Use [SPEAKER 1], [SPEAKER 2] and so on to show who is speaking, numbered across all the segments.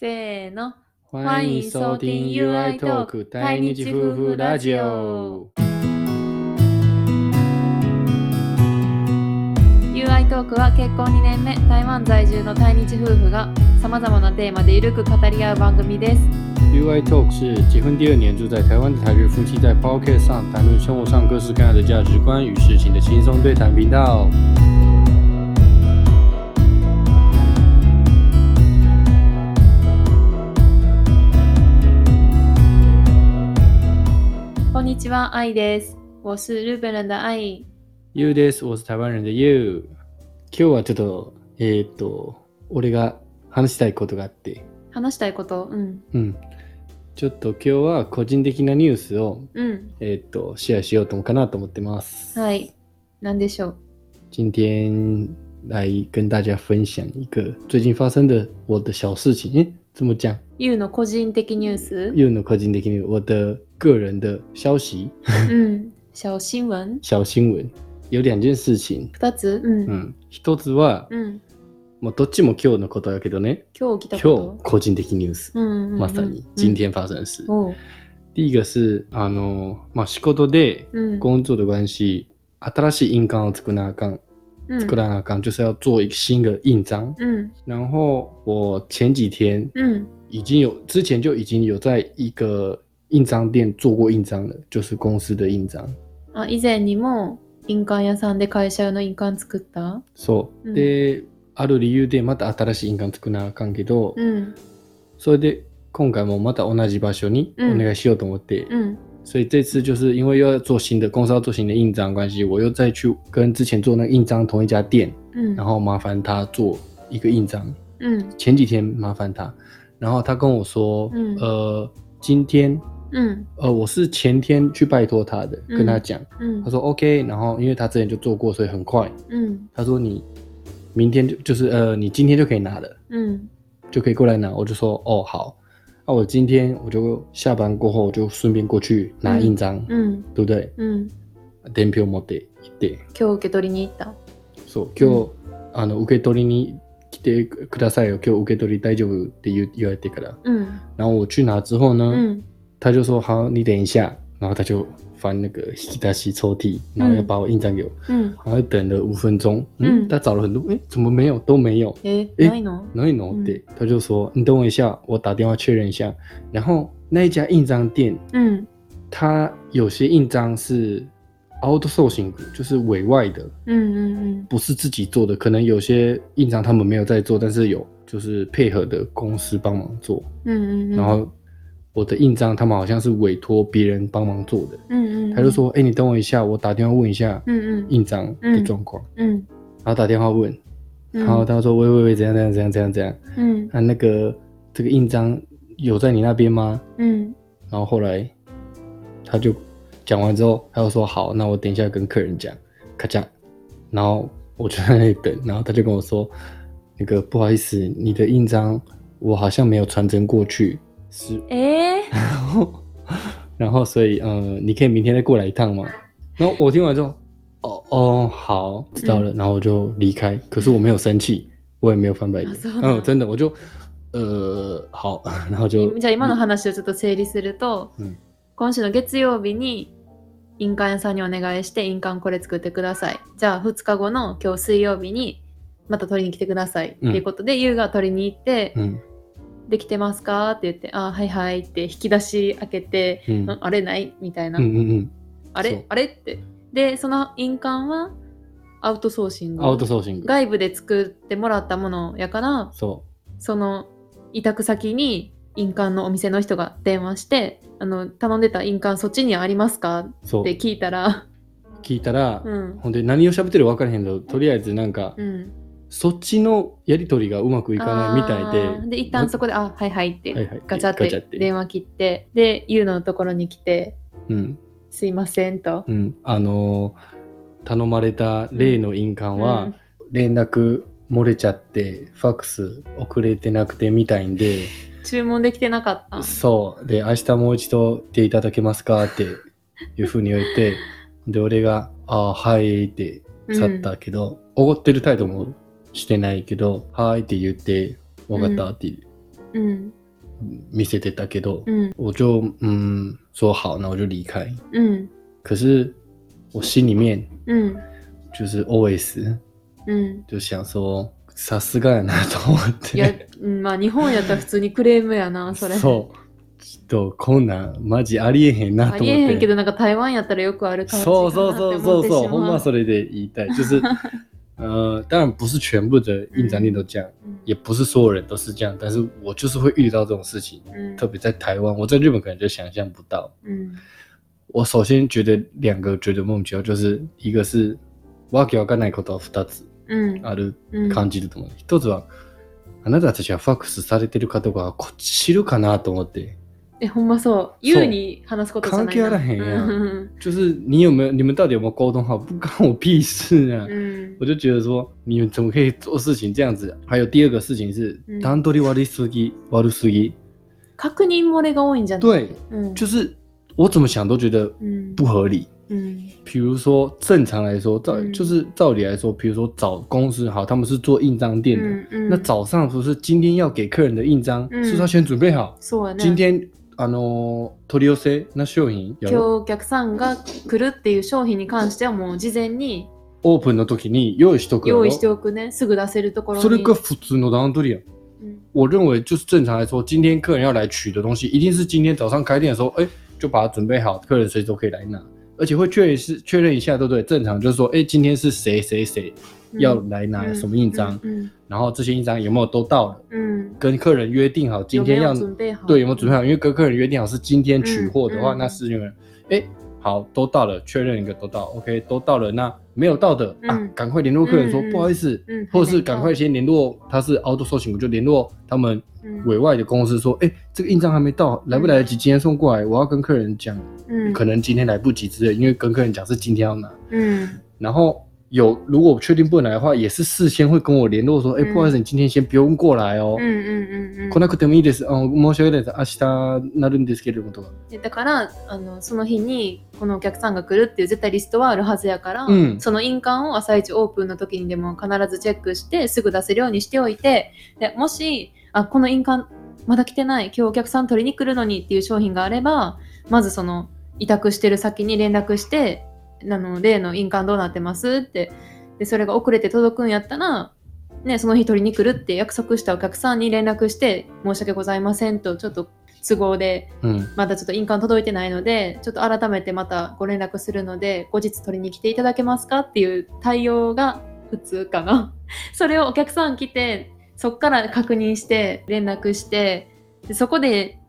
[SPEAKER 1] せーの。
[SPEAKER 2] 欢迎收听 UI Talk 大日夫婦ラジオ。
[SPEAKER 1] UI トークは結婚2年目、台湾在住の対日夫婦がさまざまなテーマでゆるく語り合う番組です。
[SPEAKER 2] UI Talk 是结婚第二年住在台湾的台日夫妻在 Pocket 上谈论生活上各式各样的价值观与事情的轻松对谈频道。
[SPEAKER 1] こんにちは、愛です。我是日本人的愛。
[SPEAKER 2] You this 我是台湾人的 You。今日はちょっとえーっと俺が話したいことがあって、
[SPEAKER 1] 話したいこと、うん。
[SPEAKER 2] うん、ちょっと今日は個人的なニュースを
[SPEAKER 1] うん。
[SPEAKER 2] えーっとシェアしようと思うかなと思ってます。
[SPEAKER 1] はい。なんでしょう。
[SPEAKER 2] 今天来跟大家分享一个最近发生的我的小事情。诶怎么讲？
[SPEAKER 1] ゆうの個人的ニュース。
[SPEAKER 2] 又能靠近的给你我的个人的消息、
[SPEAKER 1] うん。小新聞
[SPEAKER 2] 小新闻。有两件事情。
[SPEAKER 1] 二つうん。
[SPEAKER 2] う
[SPEAKER 1] うん。
[SPEAKER 2] ん。一つは、もうどっちも今日のことだけどね、
[SPEAKER 1] 今日起きた
[SPEAKER 2] 今日
[SPEAKER 1] こと。
[SPEAKER 2] 個人的ニュース。
[SPEAKER 1] うんうんうん。
[SPEAKER 2] まさに今天发生的事。
[SPEAKER 1] おう。
[SPEAKER 2] 第一个是、あの、まあ、仕事で、
[SPEAKER 1] うん。
[SPEAKER 2] 工作的关系、新しい印鑑を作らなあかん。
[SPEAKER 1] うん
[SPEAKER 2] 作らなあかん。就是要做一个新的印章。
[SPEAKER 1] うん。
[SPEAKER 2] 然后我前几天
[SPEAKER 1] うん。
[SPEAKER 2] 已经有之前就已经有在一个印章店做过印章了，就是公司的印章。
[SPEAKER 1] あ以前にも印鑑屋さんで会社用の印鑑作った
[SPEAKER 2] そう、
[SPEAKER 1] うん
[SPEAKER 2] である理由でまた新しい印鑑作らなあかんけど、
[SPEAKER 1] うん
[SPEAKER 2] それで今回もまた同じ場所にお
[SPEAKER 1] うん
[SPEAKER 2] 願いしようと思って、
[SPEAKER 1] うん
[SPEAKER 2] 所以这次就是因为又要做新的公司要做新的印章的关系，我又再去跟之前做那个印章同一家店，
[SPEAKER 1] うん
[SPEAKER 2] 然后麻烦他做一个印章。
[SPEAKER 1] うん
[SPEAKER 2] 前几天麻烦他，然后他跟我说，
[SPEAKER 1] 嗯
[SPEAKER 2] 呃，今天
[SPEAKER 1] うん
[SPEAKER 2] 呃，我是前天去拜托他的，
[SPEAKER 1] 嗯
[SPEAKER 2] 跟他讲，
[SPEAKER 1] うん
[SPEAKER 2] 他说 OK，然后因为他之前就做过，所以很快。
[SPEAKER 1] うん
[SPEAKER 2] 他说你明天就就是呃，你今天就可以拿了，
[SPEAKER 1] うん
[SPEAKER 2] 就可以过来拿。我就说哦好，那我今天我就下班过后我就顺便过去拿印章，
[SPEAKER 1] うん
[SPEAKER 2] 对不对？
[SPEAKER 1] うん
[SPEAKER 2] 伝票持って行って、
[SPEAKER 1] 今日受け取りに行った
[SPEAKER 2] そう今日、あの受け取りに来てくださいよ。今日受け取り大丈夫って言う言われてから，
[SPEAKER 1] うん
[SPEAKER 2] 然后我去拿之后呢，
[SPEAKER 1] うん
[SPEAKER 2] 他就说好，你等一下，然后他就翻那个引き出し抽屉，然后要把我印章给我，
[SPEAKER 1] うん
[SPEAKER 2] 然后等了五分钟，嗯，
[SPEAKER 1] 嗯
[SPEAKER 2] 他找了很多，哎，怎么没有都没有，
[SPEAKER 1] え
[SPEAKER 2] え
[SPEAKER 1] ないの
[SPEAKER 2] 然后一弄
[SPEAKER 1] 嗯
[SPEAKER 2] 对，他就说你等我一下，我打电话确认一下。然后那一家印章店，
[SPEAKER 1] うん
[SPEAKER 2] 它有些印章是 outsourcing，就是委外的，
[SPEAKER 1] うんうん
[SPEAKER 2] 不是自己做的，可能有些印章他们没有在做，但是有就是配合的公司帮忙做，
[SPEAKER 1] うんうんうんうん
[SPEAKER 2] 然后。我的印章，他们好像是委托别人帮忙做的。
[SPEAKER 1] うんうんうん
[SPEAKER 2] 他就说：“哎、你等我一下，我打电话问一下
[SPEAKER 1] うんうん
[SPEAKER 2] 印章
[SPEAKER 1] 嗯
[SPEAKER 2] 的状况。
[SPEAKER 1] うん
[SPEAKER 2] 然后打电话问，
[SPEAKER 1] うん
[SPEAKER 2] 然后他说：“喂喂喂，怎样怎样怎样怎样怎样？
[SPEAKER 1] うん
[SPEAKER 2] 啊，那个这个印章有在你那边吗
[SPEAKER 1] うん？”
[SPEAKER 2] 然后后来他就讲完之后，他就说：“好，那我等一下跟客人讲，咔嚓。”然后我就在那里等，然后他就跟我说：“那个不好意思，你的印章我好像没有传真过去，是，
[SPEAKER 1] えー
[SPEAKER 2] 然后然后所以嗯、呃你可以明天再过来一趟吗？”然后我听完之后，哦哦，好，知道了，然后我就离开。可是我没有生气，我也没有翻白眼
[SPEAKER 1] 啊真，的
[SPEAKER 2] 嗯，真的，我就呃好，然后就
[SPEAKER 1] じゃあ今の話をちょっと整理すると
[SPEAKER 2] うん
[SPEAKER 1] 今週の月曜日に印鑑屋さんにお願いして印鑑これ作ってくださいじゃあ2日後の今日水曜日にまた取りに来てください、
[SPEAKER 2] うん
[SPEAKER 1] っていうことで優が取りに行って、
[SPEAKER 2] 嗯
[SPEAKER 1] できてますか?」って言って「あはいはい」って引き出し開けて「
[SPEAKER 2] 嗯
[SPEAKER 1] ああれない?」みたいな「
[SPEAKER 2] 嗯嗯
[SPEAKER 1] あ
[SPEAKER 2] そう
[SPEAKER 1] れあれ?」ってでその印鑑はアウトソーシン
[SPEAKER 2] 嗯
[SPEAKER 1] グ
[SPEAKER 2] ，outsourcing，
[SPEAKER 1] 外部で作ってもらったものやから
[SPEAKER 2] そ
[SPEAKER 1] その委託先に印鑑のお店の人が電話してあの頼んでた印鑑そっちにありますかっ
[SPEAKER 2] うそう
[SPEAKER 1] て聞いたら
[SPEAKER 2] 聞いたら、
[SPEAKER 1] うん
[SPEAKER 2] ほんで何を喋ってるか分からへんけど、とりあえずなんか、
[SPEAKER 1] うん
[SPEAKER 2] そっちのやりとりがうまくいかないみた
[SPEAKER 1] あー
[SPEAKER 2] いで、
[SPEAKER 1] で一旦そこで「あはいはい」って、
[SPEAKER 2] はいはい
[SPEAKER 1] ガチャっ
[SPEAKER 2] ガチャって
[SPEAKER 1] て電話切ってで優のところに来て
[SPEAKER 2] うん
[SPEAKER 1] 「すいません」と。
[SPEAKER 2] うん、あのー頼まれた例の印鑑は、連絡漏れちゃってファックス遅れてなくてみたいんで、
[SPEAKER 1] うん注文できてなかった。
[SPEAKER 2] そうで明日もう一度来ていただけますかっていうふうに言ってで俺が「あーはい」って去ったけど怒、ってる態度もしてないけど「はい」って言って「分かった」って
[SPEAKER 1] 嗯
[SPEAKER 2] 見せてたけど，
[SPEAKER 1] 嗯
[SPEAKER 2] 我就嗯说好，那我就离开。
[SPEAKER 1] 嗯
[SPEAKER 2] 可是我心里面
[SPEAKER 1] 嗯
[SPEAKER 2] 就是 always
[SPEAKER 1] うん。
[SPEAKER 2] 就想说，さすがやなと思っ
[SPEAKER 1] いや
[SPEAKER 2] て。、
[SPEAKER 1] うんまあ日本やったら普通にクレームやな、それ。
[SPEAKER 2] そう。ちょっとこんなんマジありえへんな
[SPEAKER 1] あ
[SPEAKER 2] と
[SPEAKER 1] り
[SPEAKER 2] 思
[SPEAKER 1] えへん
[SPEAKER 2] っ
[SPEAKER 1] け
[SPEAKER 2] て。
[SPEAKER 1] ど、なんか台湾やったらよくある感じかな
[SPEAKER 2] そ
[SPEAKER 1] っ
[SPEAKER 2] う
[SPEAKER 1] て思
[SPEAKER 2] そ
[SPEAKER 1] っ
[SPEAKER 2] う
[SPEAKER 1] て
[SPEAKER 2] そうそうそう，
[SPEAKER 1] し
[SPEAKER 2] ほん
[SPEAKER 1] ま
[SPEAKER 2] ま
[SPEAKER 1] う。
[SPEAKER 2] それで言いた い，就是呃，当然不是全部的印章店都这样，
[SPEAKER 1] うん
[SPEAKER 2] 也不是所有人都是这样，但是我就是会遇到这种事情，
[SPEAKER 1] うん
[SPEAKER 2] 特别在台湾，我在日本可能就想象不到。
[SPEAKER 1] うん
[SPEAKER 2] 我首先觉得两个觉得梦境就是一个是わけわかんないことは二つ
[SPEAKER 1] うん
[SPEAKER 2] ある
[SPEAKER 1] うん
[SPEAKER 2] 感じると思う。一つはあなたたちはファックスされてるかどうかはこっち知るかなと思って。
[SPEAKER 1] え、ほんまそう。言うに話すことじゃないな
[SPEAKER 2] 関係あらへんやん
[SPEAKER 1] うん
[SPEAKER 2] 就是你有没有你们到底有没有沟通好，不关我屁事啊！
[SPEAKER 1] うん
[SPEAKER 2] 我就觉得说你们怎么可以做事情这样子？还有第二个事情是
[SPEAKER 1] 嗯
[SPEAKER 2] 段取り悪すぎ悪すぎ，
[SPEAKER 1] 確認漏れが多いんじゃない
[SPEAKER 2] 对，
[SPEAKER 1] うん
[SPEAKER 2] 就是我怎么想都觉得
[SPEAKER 1] うん
[SPEAKER 2] 不合理。
[SPEAKER 1] うん
[SPEAKER 2] 比如说，正常来说，照、
[SPEAKER 1] 嗯
[SPEAKER 2] 就是照理来说，比如说找公司好，他们是做印章店的，
[SPEAKER 1] うん
[SPEAKER 2] 那早上不是今天要给客人的印章，
[SPEAKER 1] 嗯
[SPEAKER 2] 是不是要先准备好？
[SPEAKER 1] そうやね。
[SPEAKER 2] 今天あの取り寄せ那商品や
[SPEAKER 1] 今日
[SPEAKER 2] ろ
[SPEAKER 1] お客さんが来るっていう商品に関してはもう事前に
[SPEAKER 2] オープンの時に用意しとくやろ
[SPEAKER 1] 用意しておくねすぐ出せるところに
[SPEAKER 2] それが普通の段取りやん。
[SPEAKER 1] うん
[SPEAKER 2] 我认为就是正常来说，今天客人要来取的东西，一定是今天早上开店的时候，哎、就把它准备好，客人随时都可以来拿，而且会确认是确认一下，对不对？正常就是说，哎、今天是谁谁谁
[SPEAKER 1] 嗯
[SPEAKER 2] 要来拿什么印章，
[SPEAKER 1] うん
[SPEAKER 2] 然后这些印章有没有都到了，
[SPEAKER 1] うん
[SPEAKER 2] 跟客人约定好今天
[SPEAKER 1] 有
[SPEAKER 2] 要
[SPEAKER 1] 没有准备好
[SPEAKER 2] 对有没有准备好，因为跟客人约定好是今天取货的话，
[SPEAKER 1] 嗯嗯
[SPEAKER 2] 那是因为哎、好都到了，确认一个都到，OK 都到了，那没有到的、啊
[SPEAKER 1] 嗯，
[SPEAKER 2] 赶快联络客人说、
[SPEAKER 1] 嗯嗯
[SPEAKER 2] 不好意思。
[SPEAKER 1] うん
[SPEAKER 2] 或者是赶快先联络，他是 auto sourcing，我就联络他们
[SPEAKER 1] うん
[SPEAKER 2] 委外的公司说，哎、这个印章还没到，
[SPEAKER 1] 嗯
[SPEAKER 2] 来不来得及今天送过来？我要跟客人讲，
[SPEAKER 1] うん
[SPEAKER 2] 可能今天来不及之类，因为跟客人讲是今天要拿。
[SPEAKER 1] うん
[SPEAKER 2] 然后有如果确定不能来的话，也是事先会跟我联络说，哎、
[SPEAKER 1] 嗯
[SPEAKER 2] 不好意思，你今天先不用过来哦。
[SPEAKER 1] うんうんうんうん
[SPEAKER 2] 来なくてもいいです。あ、申し訳ないです。明日なるんですけれどもとか。
[SPEAKER 1] でだからあのその日にこのお客さんが来るっていう絶対リストはあるはずやから、
[SPEAKER 2] うん
[SPEAKER 1] その印鑑を朝一オープンの時にでも必ずチェックしてすぐ出せるようにしておいてでもしあこの印鑑まだ来てない今日お客さん取りに来るのにっていう商品があればまずその委託してる先に連絡してあの例の印鑑どうなってますってでそれが遅れて届くんやったら、ね、その日取りに来るって約束したお客さんに連絡して申し訳ございませんとちょっと都合で
[SPEAKER 2] うん。
[SPEAKER 1] まだちょっと印鑑届いてないので、ちょっと改めてまたご連絡するので、後日取りに来ていただけますかっていう対応が普通かな。 それをお客さん来て、そこから確認して、連絡して、でそこで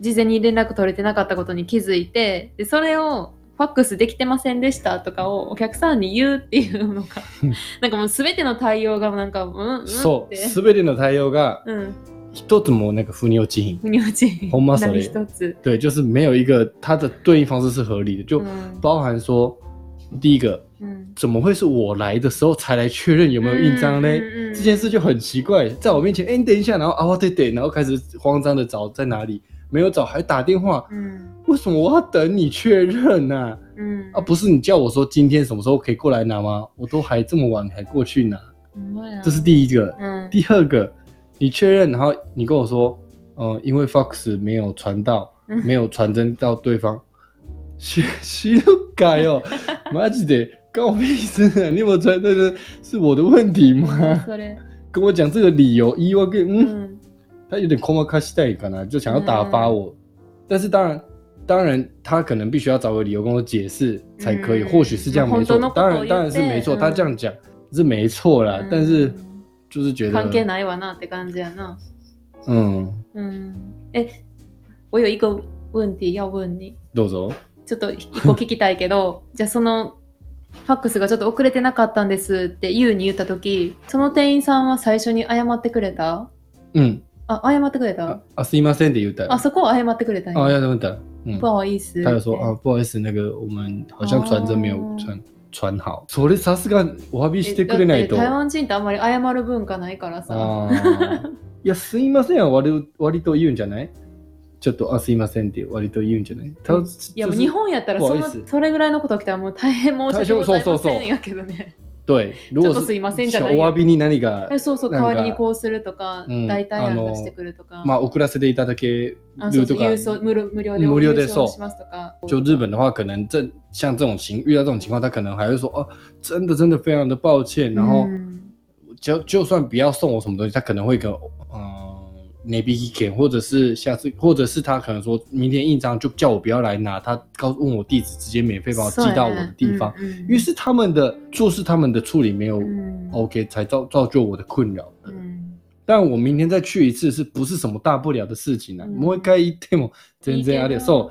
[SPEAKER 1] 事前に連絡取れてなかったことに気づいて、でそれをファックスできてませんでしたとかをお客さんに言うっていうの が、なんかもう全ての対応がなんか、うん、うんって。
[SPEAKER 2] そう。すべての対応が
[SPEAKER 1] うん、
[SPEAKER 2] 一つもなんか腑に落ちひん。
[SPEAKER 1] 腑に落ち。
[SPEAKER 2] ほんまそれ
[SPEAKER 1] 何一つ。
[SPEAKER 2] 对，就是没有一个它的对应方式是合理的，就
[SPEAKER 1] うん
[SPEAKER 2] 包含说，第一个
[SPEAKER 1] うん
[SPEAKER 2] 怎么会是我来的时候才来确认有没有印章嘞？
[SPEAKER 1] 嗯嗯嗯
[SPEAKER 2] 这件事就很奇怪，在我面前，哎、你等一下，然后啊，我得等，然后开始慌张的找在哪里，没有找，还打电话，
[SPEAKER 1] 嗯
[SPEAKER 2] 为什么我要等你确认呢、啊？
[SPEAKER 1] 嗯
[SPEAKER 2] 不是你叫我说今天什么时候可以过来拿吗？我都还这么晚还过去拿，这是第一个。
[SPEAKER 1] 嗯
[SPEAKER 2] 第二个，你确认，然后你跟我说，呃，因为 Fox 没有传到，
[SPEAKER 1] 嗯
[SPEAKER 2] 没有传真到对方， 谁谁都改哦，妈的，关我屁事啊！你有没有传真是是我的问题吗？
[SPEAKER 1] それ
[SPEAKER 2] 跟我讲这个理由，一万个嗯，
[SPEAKER 1] 嗯
[SPEAKER 2] 他有点空嘛，开始带感啊，就想要打发我。
[SPEAKER 1] 嗯
[SPEAKER 2] 但是当然，当然他可能必须要找个理由跟我解释才可以，
[SPEAKER 1] 嗯
[SPEAKER 2] 或许是这样没错
[SPEAKER 1] 嗯。
[SPEAKER 2] 当然当然是没错，
[SPEAKER 1] 嗯
[SPEAKER 2] 他这样讲是没错啦，但是就是觉
[SPEAKER 1] 関係
[SPEAKER 2] 得，
[SPEAKER 1] ないわなって感じやな
[SPEAKER 2] 嗯，
[SPEAKER 1] うんえ我有一个问题要问你
[SPEAKER 2] 豆豆，
[SPEAKER 1] ちょっと一個聞きたいけどじゃあそのファックスがちょっと遅れてなかったんですってユウに言った時その店員さんは最初に謝ってくれた
[SPEAKER 2] 嗯，
[SPEAKER 1] あ謝ってくれた
[SPEAKER 2] 啊啊，すいません的言うた
[SPEAKER 1] あ
[SPEAKER 2] よ。
[SPEAKER 1] そこは謝ってくれたん
[SPEAKER 2] 啊，
[SPEAKER 1] や
[SPEAKER 2] 要这么打，嗯
[SPEAKER 1] 哦不。好意思
[SPEAKER 2] 他有说啊，不好意思，那个我们好像传真没有
[SPEAKER 1] 哦
[SPEAKER 2] 传传好。それさすがお詫びし
[SPEAKER 1] え
[SPEAKER 2] て
[SPEAKER 1] だ
[SPEAKER 2] く
[SPEAKER 1] っ
[SPEAKER 2] れな
[SPEAKER 1] て
[SPEAKER 2] いと。
[SPEAKER 1] 台湾人ってあんまり謝る文化ないからさ
[SPEAKER 2] あー いやすいませんは割割と言うんじゃない？ちょっとあすいませんって割と言うんじゃない？他
[SPEAKER 1] うんいやもう日本やったらそ
[SPEAKER 2] 不好意
[SPEAKER 1] の
[SPEAKER 2] 思
[SPEAKER 1] それぐらいのことが来たらもう大変申し訳ございませんやけどね。
[SPEAKER 2] 对，如
[SPEAKER 1] ち
[SPEAKER 2] 果
[SPEAKER 1] ょっとすいませんじゃない
[SPEAKER 2] お詫びに何が
[SPEAKER 1] え、そうそう、
[SPEAKER 2] なん
[SPEAKER 1] 代
[SPEAKER 2] か
[SPEAKER 1] わりにこうするとか
[SPEAKER 2] うん、
[SPEAKER 1] 代替案出してくるとか、
[SPEAKER 2] まあ遅らせていただけ
[SPEAKER 1] あそう
[SPEAKER 2] る
[SPEAKER 1] そ
[SPEAKER 2] と
[SPEAKER 1] う
[SPEAKER 2] か
[SPEAKER 1] 郵，送無料無料で
[SPEAKER 2] 無料で
[SPEAKER 1] 郵送
[SPEAKER 2] そう
[SPEAKER 1] しますとか、
[SPEAKER 2] 就日本的话，可能这像这种情遇到这种情况，他可能还会说哦，真的真的非常的抱歉，然后
[SPEAKER 1] うん
[SPEAKER 2] 就就算不要送我什么东西，他可能会给我嗯 maybe he can，或者是下次，或者是他可能说明天印章就叫我不要来拿，他告问我地址，直接免费帮我寄
[SPEAKER 1] そうやね
[SPEAKER 2] 到我的地方。
[SPEAKER 1] うんうん
[SPEAKER 2] 于是他们的就是他们的处理没有
[SPEAKER 1] うん、
[SPEAKER 2] OK，才造造就我的困扰。
[SPEAKER 1] うん
[SPEAKER 2] 但我明天再去一次，是不是什么大不了的事情呢、啊？
[SPEAKER 1] 嗯
[SPEAKER 2] もう一回行っても全然あれ
[SPEAKER 1] いいけ
[SPEAKER 2] そ
[SPEAKER 1] ど
[SPEAKER 2] う。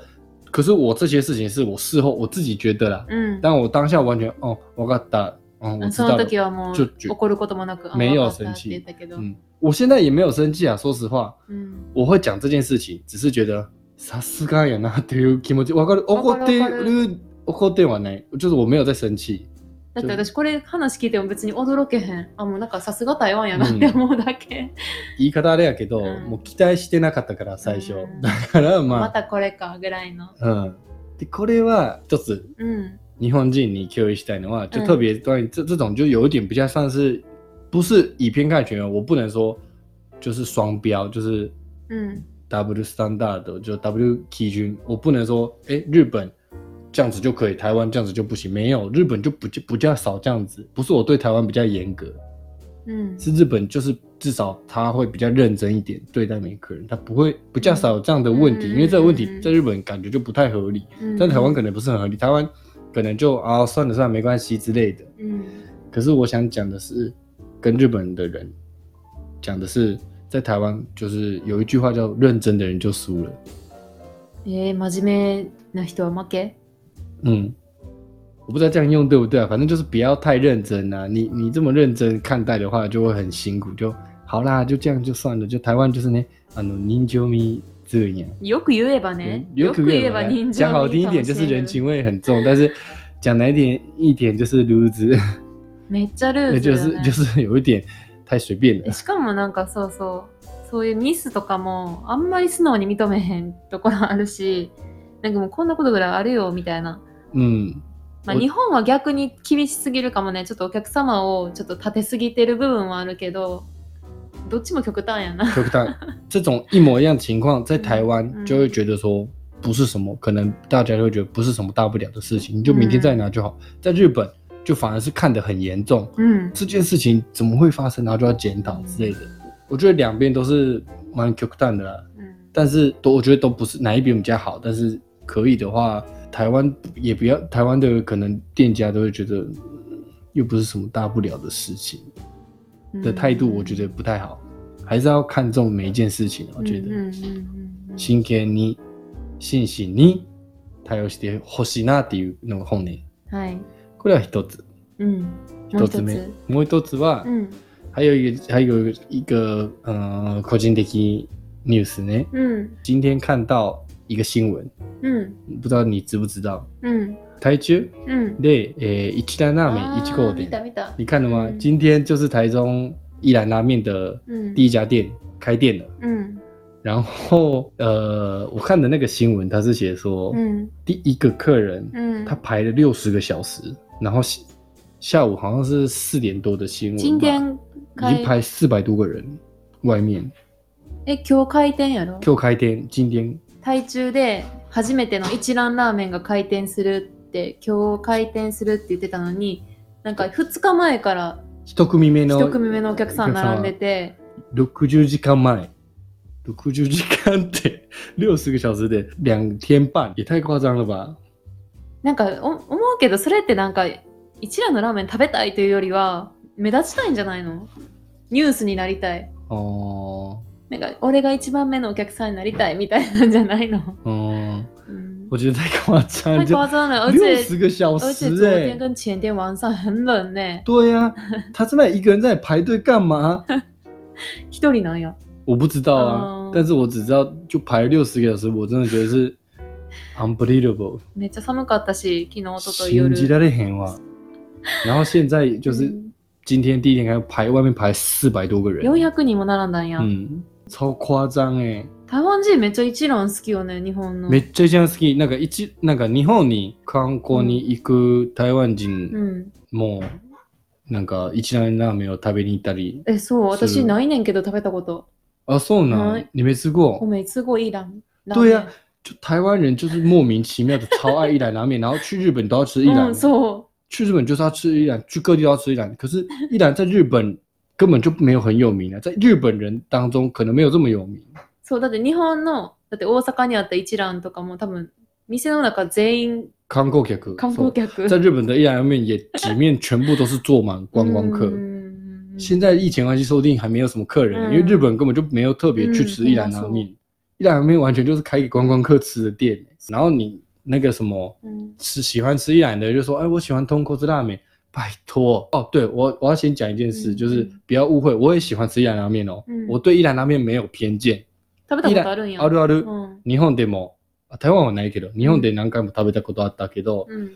[SPEAKER 2] 可是我这些事情是我事后我自己觉得啦，
[SPEAKER 1] うん
[SPEAKER 2] 但我当下完全哦，我搞打，嗯，我
[SPEAKER 1] あ
[SPEAKER 2] 知
[SPEAKER 1] その
[SPEAKER 2] 道了。
[SPEAKER 1] 時はも
[SPEAKER 2] ちょ
[SPEAKER 1] う
[SPEAKER 2] ちょ
[SPEAKER 1] 怒ることもなく、あ
[SPEAKER 2] 没有
[SPEAKER 1] わかった
[SPEAKER 2] 生
[SPEAKER 1] って
[SPEAKER 2] 气
[SPEAKER 1] 言ったけど、
[SPEAKER 2] 嗯，我现在也没有生气啊，说实话，
[SPEAKER 1] うん
[SPEAKER 2] 我会讲这件事情，只是觉得さすがやなっていう気持ち。わかる？怒って
[SPEAKER 1] わか
[SPEAKER 2] る怒ってはない。就是我没有在生气。
[SPEAKER 1] だって私これ話聞いても別に驚けへん。あ、もうなんかさすが台湾やなって
[SPEAKER 2] うん
[SPEAKER 1] 思うだけ。
[SPEAKER 2] 言い方あれやけど、
[SPEAKER 1] うん
[SPEAKER 2] もう期待してなかったから最初。
[SPEAKER 1] うん
[SPEAKER 2] だから
[SPEAKER 1] ま
[SPEAKER 2] ま
[SPEAKER 1] たこれかぐらいの。
[SPEAKER 2] あ、うん。でこれは一つ
[SPEAKER 1] うん。
[SPEAKER 2] 日本人に共有したいのは，就特别关于这这种，就有一点比较算是不是以偏概全，我不能说就是双标，就是
[SPEAKER 1] うん。
[SPEAKER 2] W standard 就 W 基准，我不能说哎、诶日本这样子就可以，台湾这样子就不行，没有日本就不就不叫少这样子，不是我对台湾比较严格，
[SPEAKER 1] うん。
[SPEAKER 2] 是日本就是至少他会比较认真一点对待每个人，他不会不叫少有这样的问题，
[SPEAKER 1] 嗯
[SPEAKER 2] 因为这个问
[SPEAKER 1] 嗯
[SPEAKER 2] 题
[SPEAKER 1] 嗯嗯嗯
[SPEAKER 2] 在日本感觉就不太合理。
[SPEAKER 1] うん
[SPEAKER 2] 在台湾可能不是很合理，台湾可能就啊算了算了没关系之类的。
[SPEAKER 1] うん。
[SPEAKER 2] 可是我想讲的是，跟日本的人讲的是，在台湾就是有一句话叫“认真的人就输了
[SPEAKER 1] えー、真面目な人は負け”。
[SPEAKER 2] 嗯，我不知道这样用对不对啊，反正就是不要太认真啊。你你这么认真看待的话，就会很辛苦。就好啦，就这样就算了。就台湾就是呢，啊，您就咪这样。
[SPEAKER 1] よく言えば
[SPEAKER 2] 哎
[SPEAKER 1] ね。よく言えば人情味
[SPEAKER 2] 讲好听一点就是人情味很重，但是讲难一点一点 就是 loser。
[SPEAKER 1] めっちゃルーズ
[SPEAKER 2] 那 就
[SPEAKER 1] よ、
[SPEAKER 2] 是
[SPEAKER 1] ね。
[SPEAKER 2] 就是有一点太随便了
[SPEAKER 1] え。しかもなんかそうそうそういうミスとかもあんまり素直に認めへんところあるしなんかもうこんなことぐらいあるよみたいな、
[SPEAKER 2] 嗯，
[SPEAKER 1] まあ、
[SPEAKER 2] お
[SPEAKER 1] 日本は逆に厳しすぎるかもねちょっとお客様をちょっと立てすぎてる部分はあるけどどっちも极端やな
[SPEAKER 2] 就但这种一模一样情况，在台湾
[SPEAKER 1] 嗯
[SPEAKER 2] 就会觉得说不是什么，可能大家都会觉得不是什么大不了的事情，你就明天再拿就好。在日本就反而是看得很严重，
[SPEAKER 1] うん
[SPEAKER 2] 这件事情怎么会发生，然后就要检讨之类的。我觉得两边都是蛮极端的啦，
[SPEAKER 1] うん
[SPEAKER 2] 但是都我觉得都不是哪一边比较好，但是可以的话，台湾也不要台湾的可能店家都会觉得嗯又不是什么大不了的事情。
[SPEAKER 1] うん
[SPEAKER 2] 的态度，我觉得不太好，还是要看重每一件事情。我觉
[SPEAKER 1] うんうん
[SPEAKER 2] 得，
[SPEAKER 1] うんうんうん
[SPEAKER 2] 真剣に真摯に対応してほしいなっていうのが本音。
[SPEAKER 1] はい
[SPEAKER 2] これは一つ。
[SPEAKER 1] うんもう
[SPEAKER 2] 一
[SPEAKER 1] 一
[SPEAKER 2] つ
[SPEAKER 1] つ
[SPEAKER 2] 目。もう一つは
[SPEAKER 1] う、ん
[SPEAKER 2] 还有一个还有一个呃個人的 news 呢。
[SPEAKER 1] うん
[SPEAKER 2] 今天看到一个新闻，
[SPEAKER 1] うん
[SPEAKER 2] 不知道你知不知道？
[SPEAKER 1] うん
[SPEAKER 2] 台中
[SPEAKER 1] うん
[SPEAKER 2] で、えー、一蘭ラーメン一号
[SPEAKER 1] あー見た
[SPEAKER 2] 店，
[SPEAKER 1] 見た
[SPEAKER 2] 你看了吗？
[SPEAKER 1] 嗯
[SPEAKER 2] 今天就是台中一兰拉面的
[SPEAKER 1] うん
[SPEAKER 2] 第一家店开店了。
[SPEAKER 1] うん
[SPEAKER 2] 然后呃，我看的那个新闻，他是写说，
[SPEAKER 1] うん
[SPEAKER 2] 第一个客人
[SPEAKER 1] うん
[SPEAKER 2] 他排了六十个小时，然后下下午好像是四点多的新闻吧，
[SPEAKER 1] 今天
[SPEAKER 2] 已经排四百多个人外面，
[SPEAKER 1] え今日開店やろ
[SPEAKER 2] 就开店，今天
[SPEAKER 1] 台中で初めての一蘭ラーメンが開店するって今日開店するって言ってたのになんか2日前から
[SPEAKER 2] 一組目の
[SPEAKER 1] 1組目のお客さん並んでて
[SPEAKER 2] 六十時間前。六十時間って六十个小时で两天半，也太夸张了吧？
[SPEAKER 1] なんかお思うけどそれってなんか一蘭のラーメン食べたいというよりは目立ちたいんじゃないのニュースになりたい
[SPEAKER 2] 哦，
[SPEAKER 1] なんか俺が一番目のお客さんになりたいみたいなんじゃないの、
[SPEAKER 2] 嗯，
[SPEAKER 1] うん、
[SPEAKER 2] 我觉得太夸
[SPEAKER 1] 太
[SPEAKER 2] 张了，就
[SPEAKER 1] 夸张了而
[SPEAKER 2] 六
[SPEAKER 1] 且
[SPEAKER 2] 十个小
[SPEAKER 1] 而且
[SPEAKER 2] 时
[SPEAKER 1] 昨
[SPEAKER 2] 哎、
[SPEAKER 1] 天跟前天晚上很冷ね
[SPEAKER 2] 对呀、他真的一个人在排队干 嘛？
[SPEAKER 1] 一人なんや
[SPEAKER 2] 我不知道啊，
[SPEAKER 1] 哦
[SPEAKER 2] 但是我只知道就排六十个小时，我真的觉得 是 unbelievable，
[SPEAKER 1] めっちゃ寒かったし昨日一昨日
[SPEAKER 2] 心
[SPEAKER 1] 夜
[SPEAKER 2] 急的很 哇。然后现在就是
[SPEAKER 1] うん
[SPEAKER 2] 今天第一天开始排，外面排四百多个人，
[SPEAKER 1] 400人も並んだんや、
[SPEAKER 2] 嗯，超夸张哎！
[SPEAKER 1] 台湾人めっちゃ一蘭好きよね日本の
[SPEAKER 2] めっちゃ一番好き。なんか一なんか日本に観光に行く台湾人
[SPEAKER 1] うん
[SPEAKER 2] もなんか一蘭ラーメンを食べに行ったり。
[SPEAKER 1] え、そう、
[SPEAKER 2] 是
[SPEAKER 1] 私ないねんけど食べたこと。
[SPEAKER 2] 啊，そうな
[SPEAKER 1] は
[SPEAKER 2] ん
[SPEAKER 1] い。
[SPEAKER 2] 你没吃
[SPEAKER 1] 我
[SPEAKER 2] 过？
[SPEAKER 1] 每次过一兰，拉
[SPEAKER 2] 对呀
[SPEAKER 1] 面、
[SPEAKER 2] 就台湾人就是莫名其 妙的超爱一兰拉面，然后去日本都要吃一兰
[SPEAKER 1] 嗯，，そう。
[SPEAKER 2] 去日本就是要吃一兰，去各地都要吃一兰。可是一兰在日本根本就没有很有名啊，在日本人当中可能没有这么有名。
[SPEAKER 1] そう、だって日本の、だって大阪にあった一蘭とかも多分、店の中全員
[SPEAKER 2] 観光客，
[SPEAKER 1] 観光客。
[SPEAKER 2] 在日本的一兰拉面也几面全部都是坐满观光客。
[SPEAKER 1] 嗯
[SPEAKER 2] 现在疫情关系，说不定还没有什么客人呢，
[SPEAKER 1] 嗯
[SPEAKER 2] 因为日本根本就没有特别去吃一兰拉面。一兰拉面完全就是开给观光客吃的店，然后你那个什么
[SPEAKER 1] 嗯
[SPEAKER 2] 吃喜欢吃一兰的，就说哎，我喜欢通口之拉面。拜托哦，对我我要先讲一件事，
[SPEAKER 1] 嗯
[SPEAKER 2] 就是
[SPEAKER 1] 嗯
[SPEAKER 2] 不要误会，我也喜欢吃一兰拉面哦，
[SPEAKER 1] 嗯
[SPEAKER 2] 我对一兰拉面没有偏见。啊
[SPEAKER 1] 食べたことあるんや。
[SPEAKER 2] あるある
[SPEAKER 1] う、ん。
[SPEAKER 2] 日本でもあ台湾はないけど、日
[SPEAKER 1] 嗯
[SPEAKER 2] 本で何回も食べたことあったけど，
[SPEAKER 1] うん。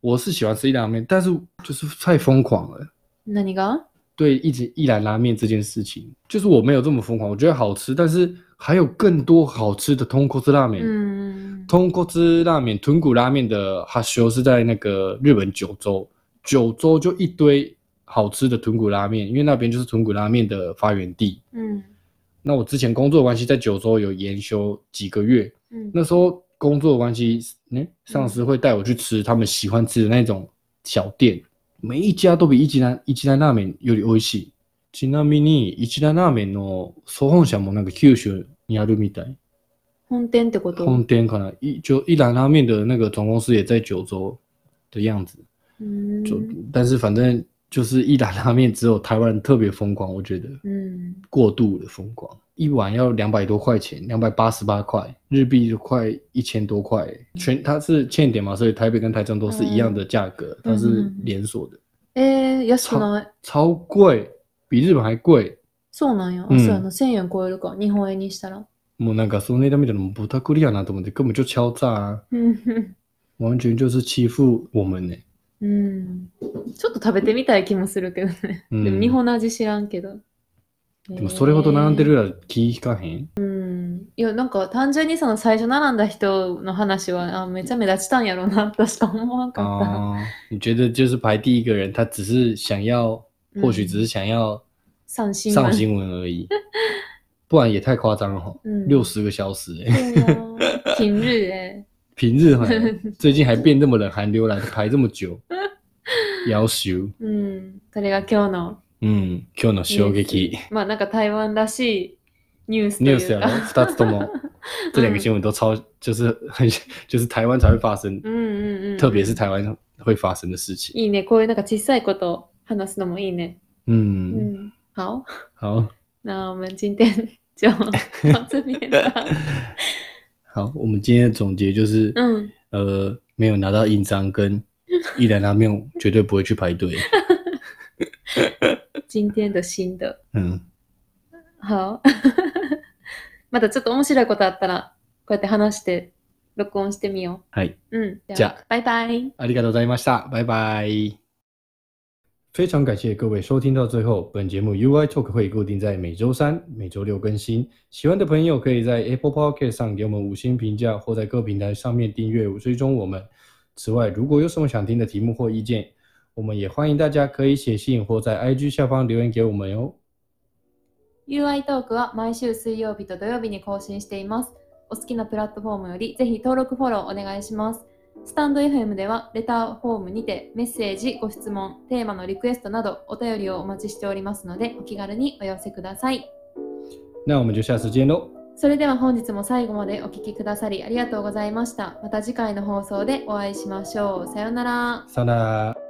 [SPEAKER 2] 我是喜欢吃一兰拉面，但是就是太疯狂了。
[SPEAKER 1] 何が
[SPEAKER 2] 对一直一兰拉面这件事情，就是我没有这么疯狂，我觉得好吃，但是还有更多好吃的通锅汁拉
[SPEAKER 1] 嗯
[SPEAKER 2] 面。
[SPEAKER 1] うん。
[SPEAKER 2] 通锅汁拉面、豚骨拉面的哈修是在那个日本九州，九州就一堆好吃的豚骨拉面，因为那边就是豚骨拉面的发源地。
[SPEAKER 1] うん。
[SPEAKER 2] 那我之前工作的关系在九州有研修几个月，
[SPEAKER 1] うん。
[SPEAKER 2] 那时候工作的关系，嗯，上司会带我去吃他们喜欢吃的那种小店，每一家都比一蘭一蘭ラーメンより美味しい。ちなみに一蘭ラーメンの総本社もなんか九州にあるみたい。
[SPEAKER 1] 本店ってこと
[SPEAKER 2] 本店可能一就一兰拉面的那个总公司也在九州的样子，
[SPEAKER 1] うん
[SPEAKER 2] 就、但是反正就是一兰拉面只有台湾人特别疯狂，我觉得
[SPEAKER 1] うん。
[SPEAKER 2] 过度的疯狂，一碗要两百多块钱，两百八十八块日币就快一千多块，全它是欠点嘛，所以台北跟台中都是一样的价格，它是连锁的，
[SPEAKER 1] えー、安くない
[SPEAKER 2] 超贵，比日本还贵。
[SPEAKER 1] そうなんや。あ、
[SPEAKER 2] うん
[SPEAKER 1] そうやな。1000円超えるか。日本円にしたら。
[SPEAKER 2] もうなんかその値段見たらもうブタクリやなと思って根本就敲诈啊，
[SPEAKER 1] うん。
[SPEAKER 2] 完全就是欺负我们呢、
[SPEAKER 1] うん。ちょっと食べてみたい気もするけどね。
[SPEAKER 2] うん
[SPEAKER 1] でも日本の味知らんけど。
[SPEAKER 2] でもそれほど並んでるら気引かへん、
[SPEAKER 1] いや、なんか単純にその最初並んだ人の話は、あめっちゃ目立ちたんやろうな、としか思わんかった。
[SPEAKER 2] 啊？你觉得就是排第一个人，他只是想要，
[SPEAKER 1] うん
[SPEAKER 2] 或许只是想要
[SPEAKER 1] 上新
[SPEAKER 2] 上
[SPEAKER 1] 闻
[SPEAKER 2] 新闻而已，不然也太夸张了吼。
[SPEAKER 1] 嗯
[SPEAKER 2] 六十个小时、欸，
[SPEAKER 1] 对呀、平日哎、
[SPEAKER 2] 平日好像最近还变这么冷，寒流来排这么久，要求。
[SPEAKER 1] うん、それが今日の、
[SPEAKER 2] 嗯，今日の衝撃
[SPEAKER 1] まあなんか台湾らしいニュースと
[SPEAKER 2] ニ
[SPEAKER 1] い
[SPEAKER 2] ュースや
[SPEAKER 1] う
[SPEAKER 2] ろ
[SPEAKER 1] か。，
[SPEAKER 2] 二つとも这两个新闻都超，就是很 就是台湾才会发生，
[SPEAKER 1] うんうんうん。
[SPEAKER 2] 特别是台湾会发生的事情。
[SPEAKER 1] いいね、こういうなんか小さいこと話すのもいいね。う
[SPEAKER 2] 嗯，
[SPEAKER 1] ん。好，
[SPEAKER 2] 好。
[SPEAKER 1] 那我们今天 就到这边吧。
[SPEAKER 2] 好，我们今天的总结就是，
[SPEAKER 1] 嗯，
[SPEAKER 2] 呃，没有拿到印章跟一兰拉面，绝对不会去排队。
[SPEAKER 1] 今天的新的。
[SPEAKER 2] 嗯，
[SPEAKER 1] は まだちょっと面白いことあったら、こうやって話して、録音してみよ
[SPEAKER 2] 嗨，
[SPEAKER 1] う。うん。じ
[SPEAKER 2] じ
[SPEAKER 1] ゃ
[SPEAKER 2] ゃ
[SPEAKER 1] あ、バイバイ。
[SPEAKER 2] 阿里嘎多在马萨，拜拜。非常感谢各位收听到最后，本节目 UI Talk 会固定在每周三、每周六更新。喜欢的朋友可以在 Apple Podcast 上给我们五星评价，或在各平台上面订阅追踪我们。此外，如果有什么想听的题目或意见，我们也欢迎大家可以写信或在 IG 下方留言给我们哟、哦。
[SPEAKER 1] UI トークは毎週水曜日と土曜日に更新しています。お好きなプラットフォームよりぜひ登録フォローお願いします。スタンド FM ではレターフォームにてメッセージ、ご質問、テーマのリクエストなどお便りをお待ちしておりますのでお気軽にお寄せください。
[SPEAKER 2] 那我们就下次见喽。
[SPEAKER 1] それでは本日も最後までお聴きくださりありがとうございました。また次回の放送でお会いしましょう。さようなら。
[SPEAKER 2] さよなら。